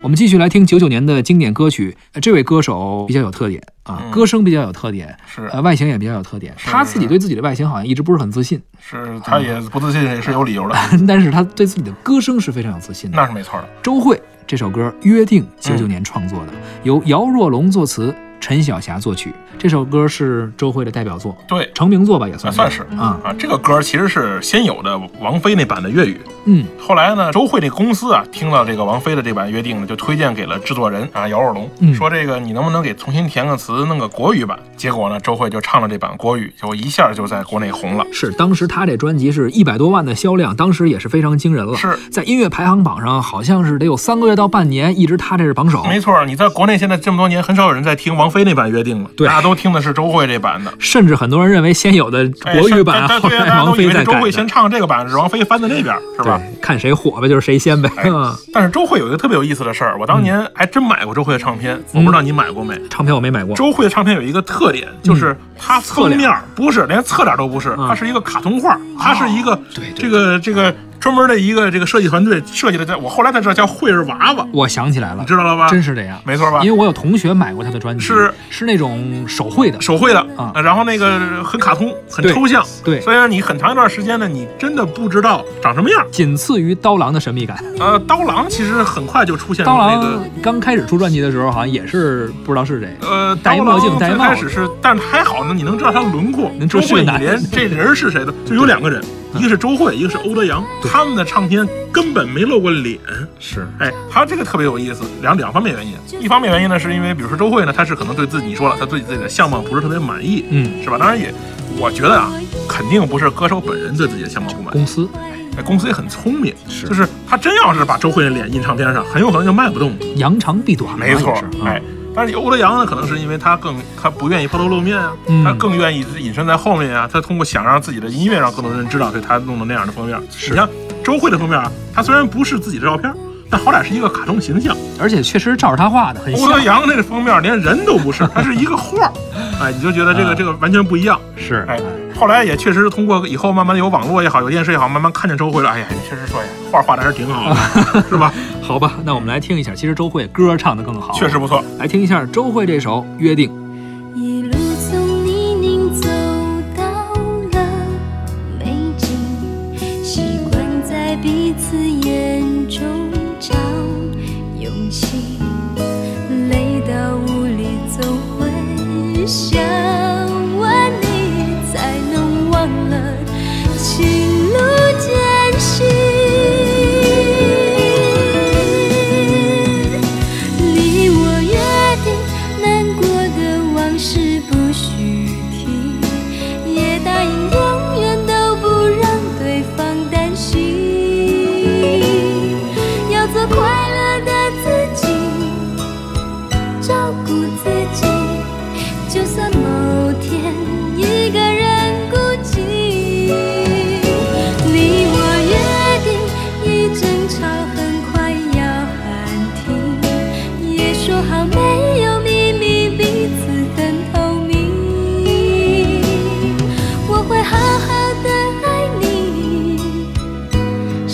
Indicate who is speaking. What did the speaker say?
Speaker 1: 我们继续来听九九年的经典歌曲。呃这位歌手比较有特点啊，
Speaker 2: 嗯
Speaker 1: 歌声比较有特点，
Speaker 2: 是
Speaker 1: 呃，外形也比较有特点。
Speaker 2: 是
Speaker 1: 他自己对自己的外形好像一直不是很自信，
Speaker 2: 是，他也不自信也是有理由的，
Speaker 1: 但是他对自己的歌声是非常有自信的。
Speaker 2: 那嗯是没错的。
Speaker 1: 周蕙这首歌《约定》，九九年创作的，由姚若龙作词，陈小霞作曲。这首歌是周蕙的代表作，
Speaker 2: 对，
Speaker 1: 成名作吧，也算
Speaker 2: 那算是
Speaker 1: 啊、
Speaker 2: 啊，这个歌其实是先有的王菲那版的粤语，
Speaker 1: 嗯，
Speaker 2: 后来呢，周蕙这公司啊，听到这个王菲的这版约定呢，就推荐给了制作人啊姚若龙，
Speaker 1: 嗯
Speaker 2: 说这个你能不能给重新填个词，弄个国语版？结果呢，周蕙就唱了这版国语，就一下就在国内红了。
Speaker 1: 是当时他这专辑是一百多万的销量，当时也是非常惊人了。
Speaker 2: 是
Speaker 1: 在音乐排行榜上，好像是得有三个月到半年，一直他这是榜首。
Speaker 2: 没错，你在国内现在这么多年，很少有人在听王菲那版约定了，
Speaker 1: 对
Speaker 2: 大家都听的是周蕙这 版的。
Speaker 1: 甚至很多人认为先有的
Speaker 2: 哎
Speaker 1: 国语版，
Speaker 2: 是
Speaker 1: 后
Speaker 2: 对对，大
Speaker 1: 来
Speaker 2: 家
Speaker 1: 王
Speaker 2: 都以
Speaker 1: 菲
Speaker 2: 为是
Speaker 1: 再
Speaker 2: 周
Speaker 1: 改
Speaker 2: 蕙
Speaker 1: 的。
Speaker 2: 先唱这个版，是王菲翻的那边，是吧？哎
Speaker 1: 对，看谁火呗，就是谁先呗。嗯，
Speaker 2: 但是周蕙有一个特别有意思的事儿，我当年还真买过周蕙的唱片，我不知道你买过没？
Speaker 1: 唱片我没买过。
Speaker 2: 周蕙的唱片有一个特点，就是它封面儿不是连侧脸都不是，
Speaker 1: 嗯哦
Speaker 2: 它是一个卡通画，它是一个
Speaker 1: 对对
Speaker 2: 这个这个专门的一个这个设计团队设计的，在我后来才知道叫绘儿娃娃，
Speaker 1: 我想起来了
Speaker 2: 你，知道了吧？
Speaker 1: 真是这样，
Speaker 2: 没错吧
Speaker 1: 因为？我有同学买过他的专辑，
Speaker 2: 是
Speaker 1: 是那种手绘的，
Speaker 2: 手绘的
Speaker 1: 啊，
Speaker 2: 然后那个很卡通，很
Speaker 1: 对
Speaker 2: 抽象，
Speaker 1: 对，
Speaker 2: 所以呢，你很长一段时间呢，你真的不知道长什么样。
Speaker 1: 仅次于刀郎的神秘感。
Speaker 2: 呃，刀郎其实很快就出现了
Speaker 1: 刀
Speaker 2: 那个
Speaker 1: 郎。刚开始出专辑的时候，好像也是不知道是谁。
Speaker 2: 呃，
Speaker 1: 戴一
Speaker 2: 刀
Speaker 1: 墨
Speaker 2: 郎
Speaker 1: 镜戴一
Speaker 2: 最
Speaker 1: 帽
Speaker 2: 开
Speaker 1: 子
Speaker 2: 始是，但是还好呢，你能知道他的轮廓。
Speaker 1: 能知
Speaker 2: 周
Speaker 1: 道是个
Speaker 2: 慧，你
Speaker 1: 男
Speaker 2: 连这人是谁的，就有两个人，
Speaker 1: 嗯
Speaker 2: 一个是周慧，一个是欧德阳，
Speaker 1: 对
Speaker 2: 他们的唱片根本没露过脸。
Speaker 1: 是，
Speaker 2: 哎，还有这个特别有意思，两两方面原因。一方面原因呢，是因为比如说周慧呢，她是可能对自己你说了，她对自己的相貌不是特别满意，
Speaker 1: 嗯，
Speaker 2: 是吧？当然也，我觉得啊，肯定不是歌手本人对自己的相貌不满意。
Speaker 1: 公司
Speaker 2: 哎公司也很聪明，
Speaker 1: 是
Speaker 2: 就是他真要是把周慧的脸印唱片上，很有可能就卖不动。
Speaker 1: 扬长避短嘛，
Speaker 2: 没错
Speaker 1: 啊也是，嗯
Speaker 2: 哎，，但是欧德阳呢，可能是因为他更他不愿意抛头露面啊，
Speaker 1: 嗯
Speaker 2: 他更愿意隐身在后面啊，他通过想让自己的音乐让更多人知道，所以他弄的那样的封面。你像周慧的封面啊，他虽然不是自己的照片，但好歹是一个卡通形象。
Speaker 1: 嗯而且确实照着他画的，很
Speaker 2: 欧德
Speaker 1: 像，
Speaker 2: 阳那个封面连人都不是，他是一个画 儿，哎，你就觉得这个
Speaker 1: 啊
Speaker 2: 这个完全不一样。
Speaker 1: 是，
Speaker 2: 哎，后来也确实是通过以后慢慢的有网络也好，有电视也好，慢慢看见周慧了，哎呀，确实说呀，画画的还是挺好 的，是吧？
Speaker 1: 好吧，那我们来听一下，其实周蕙歌唱的更好，啊
Speaker 2: 确实，不错。
Speaker 1: 来听一下周蕙这首《约定》。
Speaker 3: 一路从泥泞走到了美景，习惯在彼此眼中找勇气，累到无力总会想完你，才能忘了情路艰辛。你我约定，难过的往事不许提，也答应永远都不让对方担心。要做快乐的自己，照顾自己，就算某天一个人孤寂。你我约定，一争吵很快要喊停，也说好没有秘密，彼此很透明。我会好好的爱你，